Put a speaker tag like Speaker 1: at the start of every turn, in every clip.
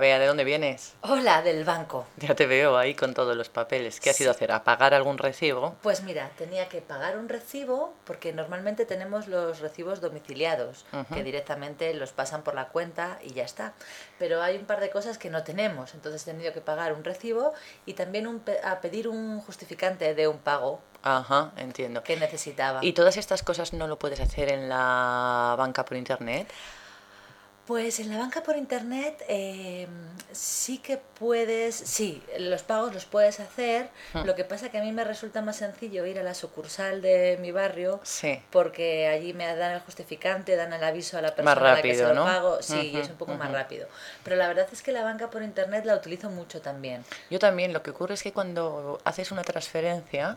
Speaker 1: Bea, ¿de dónde vienes?
Speaker 2: Hola, del banco.
Speaker 1: Ya te veo ahí con todos los papeles. ¿Qué has ido a hacer? ¿A pagar algún recibo?
Speaker 2: Pues mira, tenía que pagar un recibo porque normalmente tenemos los recibos domiciliados,
Speaker 1: Ujú.
Speaker 2: que directamente los pasan por la cuenta y ya está. Pero hay un par de cosas que no tenemos, entonces he tenido que pagar un recibo y también un pe- a pedir un justificante de un pago
Speaker 1: Ajá, entiendo.
Speaker 2: que necesitaba.
Speaker 1: ¿Y todas estas cosas no lo puedes hacer en la banca por internet?
Speaker 2: Pues en la banca por internet eh, sí que puedes, sí, los pagos los puedes hacer.
Speaker 1: Hmm.
Speaker 2: Lo que pasa que a mí me resulta más sencillo ir a la sucursal de mi barrio
Speaker 1: Sí.
Speaker 2: porque allí me dan el justificante, dan el aviso a la persona a la que
Speaker 1: rápido,
Speaker 2: se lo
Speaker 1: ¿no?
Speaker 2: pago. Sí,
Speaker 1: Ujú,
Speaker 2: es un poco más
Speaker 1: ujú.
Speaker 2: rápido. Pero la verdad es que la banca por internet la utilizo mucho también.
Speaker 1: Yo también, lo que ocurre es que cuando haces una transferencia,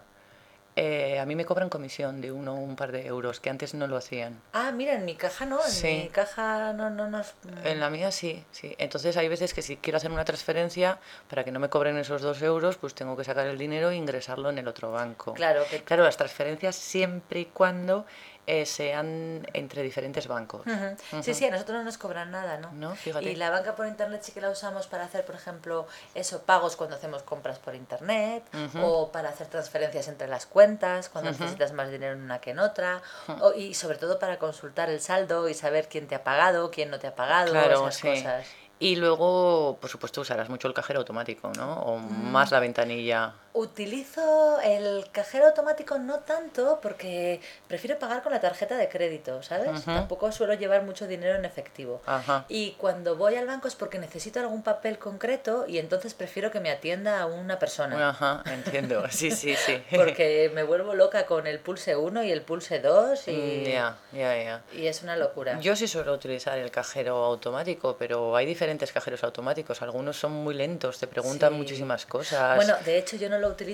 Speaker 1: eh, a mí me cobran comisión de uno o un par de euros, que antes no lo hacían.
Speaker 2: Ah, mira, en mi caja no, en
Speaker 1: Sí.
Speaker 2: mi caja no, no nos...
Speaker 1: En la mía sí, sí. Entonces hay veces que si quiero hacer una transferencia, para que no me cobren esos dos euros, pues tengo que sacar el dinero e ingresarlo en el otro banco.
Speaker 2: Claro, que
Speaker 1: Claro, las transferencias siempre y cuando eh, sean entre diferentes bancos.
Speaker 2: Ujú. Sí,
Speaker 1: Ujú.
Speaker 2: sí, a nosotros no nos cobran nada, ¿no?
Speaker 1: No, fíjate.
Speaker 2: Mm. Y la banca por internet sí que la usamos para hacer, por ejemplo, eso, pagos cuando hacemos compras por internet,
Speaker 1: Ujú.
Speaker 2: o para hacer transferencias entre las cuentas, cuando necesitas más dinero en una que en otra, o- y sobre todo para consultar el saldo y saber quién te ha pagado, quién no te ha pagado,
Speaker 1: Claro,
Speaker 2: esas
Speaker 1: sí.
Speaker 2: cosas.
Speaker 1: Y luego, por supuesto, usarás mucho el cajero automático, ¿no? O
Speaker 2: Mm.
Speaker 1: más la ventanilla.
Speaker 2: Utilizo el cajero automático no tanto porque prefiero pagar con la tarjeta de crédito, ¿sabes?
Speaker 1: Ujú.
Speaker 2: Tampoco suelo llevar mucho dinero en efectivo.
Speaker 1: Ajá.
Speaker 2: Y cuando voy al banco es porque necesito algún papel concreto y entonces prefiero que me atienda a una persona.
Speaker 1: Ajá, entiendo. Sí, sí, sí.
Speaker 2: Porque me vuelvo loca con el pulse 1 y el pulse 2 y,
Speaker 1: Mm, Ya, ya, ya.
Speaker 2: y es una locura.
Speaker 1: Yo sí suelo utilizar el cajero automático, pero hay diferentes cajeros automáticos. Algunos son muy lentos, te preguntan
Speaker 2: Sí.
Speaker 1: muchísimas cosas.
Speaker 2: Bueno, de hecho yo no lo utilizo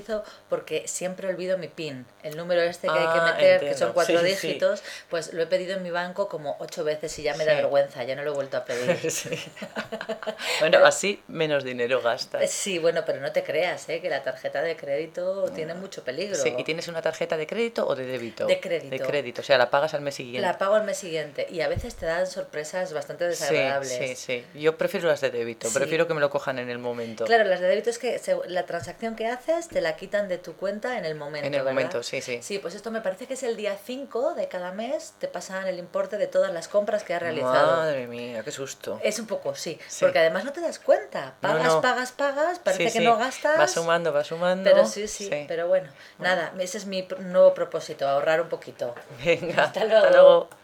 Speaker 2: porque siempre olvido mi PIN, el número este que hay
Speaker 1: Ah,
Speaker 2: que meter, que
Speaker 1: entiendo.
Speaker 2: son cuatro
Speaker 1: Sí, sí, sí.
Speaker 2: dígitos, pues lo he pedido en mi banco como ocho veces y ya me da
Speaker 1: Sí.
Speaker 2: vergüenza, ya no lo he vuelto a pedir.
Speaker 1: Sí. bueno, así menos dinero
Speaker 2: Eh,
Speaker 1: gastas.
Speaker 2: Sí, bueno, pero no te creas, ¿eh? que la tarjeta de crédito tiene mucho peligro.
Speaker 1: Sí, ¿Y tienes una tarjeta de crédito o de débito?
Speaker 2: De crédito.
Speaker 1: De crédito, o sea, la pagas al mes siguiente.
Speaker 2: La pago al mes siguiente y a veces te dan sorpresas bastante desagradables.
Speaker 1: Sí, sí, sí. Yo prefiero las de débito,
Speaker 2: Sí.
Speaker 1: prefiero que me lo cojan en el momento.
Speaker 2: Claro, las de débito es que se- la transacción que haces te la quitan de tu cuenta en el momento.
Speaker 1: En el
Speaker 2: ¿verdad?
Speaker 1: momento, sí, sí.
Speaker 2: Sí, pues esto me parece que es el día 5 de cada mes, te pasan el importe de todas las compras que has realizado.
Speaker 1: Madre mía, qué susto.
Speaker 2: Es un poco, sí,
Speaker 1: Sí.
Speaker 2: porque además no te das cuenta.
Speaker 1: No,
Speaker 2: Pagas,
Speaker 1: no.
Speaker 2: pagas, pagas, parece
Speaker 1: Sí,
Speaker 2: que
Speaker 1: sí.
Speaker 2: no gastas.
Speaker 1: Va sumando, va sumando.
Speaker 2: Pero sí, sí, pero bueno, nada, ese es mi pr- nuevo propósito, ahorrar un poquito.
Speaker 1: Venga,
Speaker 2: Hasta luego.
Speaker 1: Hasta luego.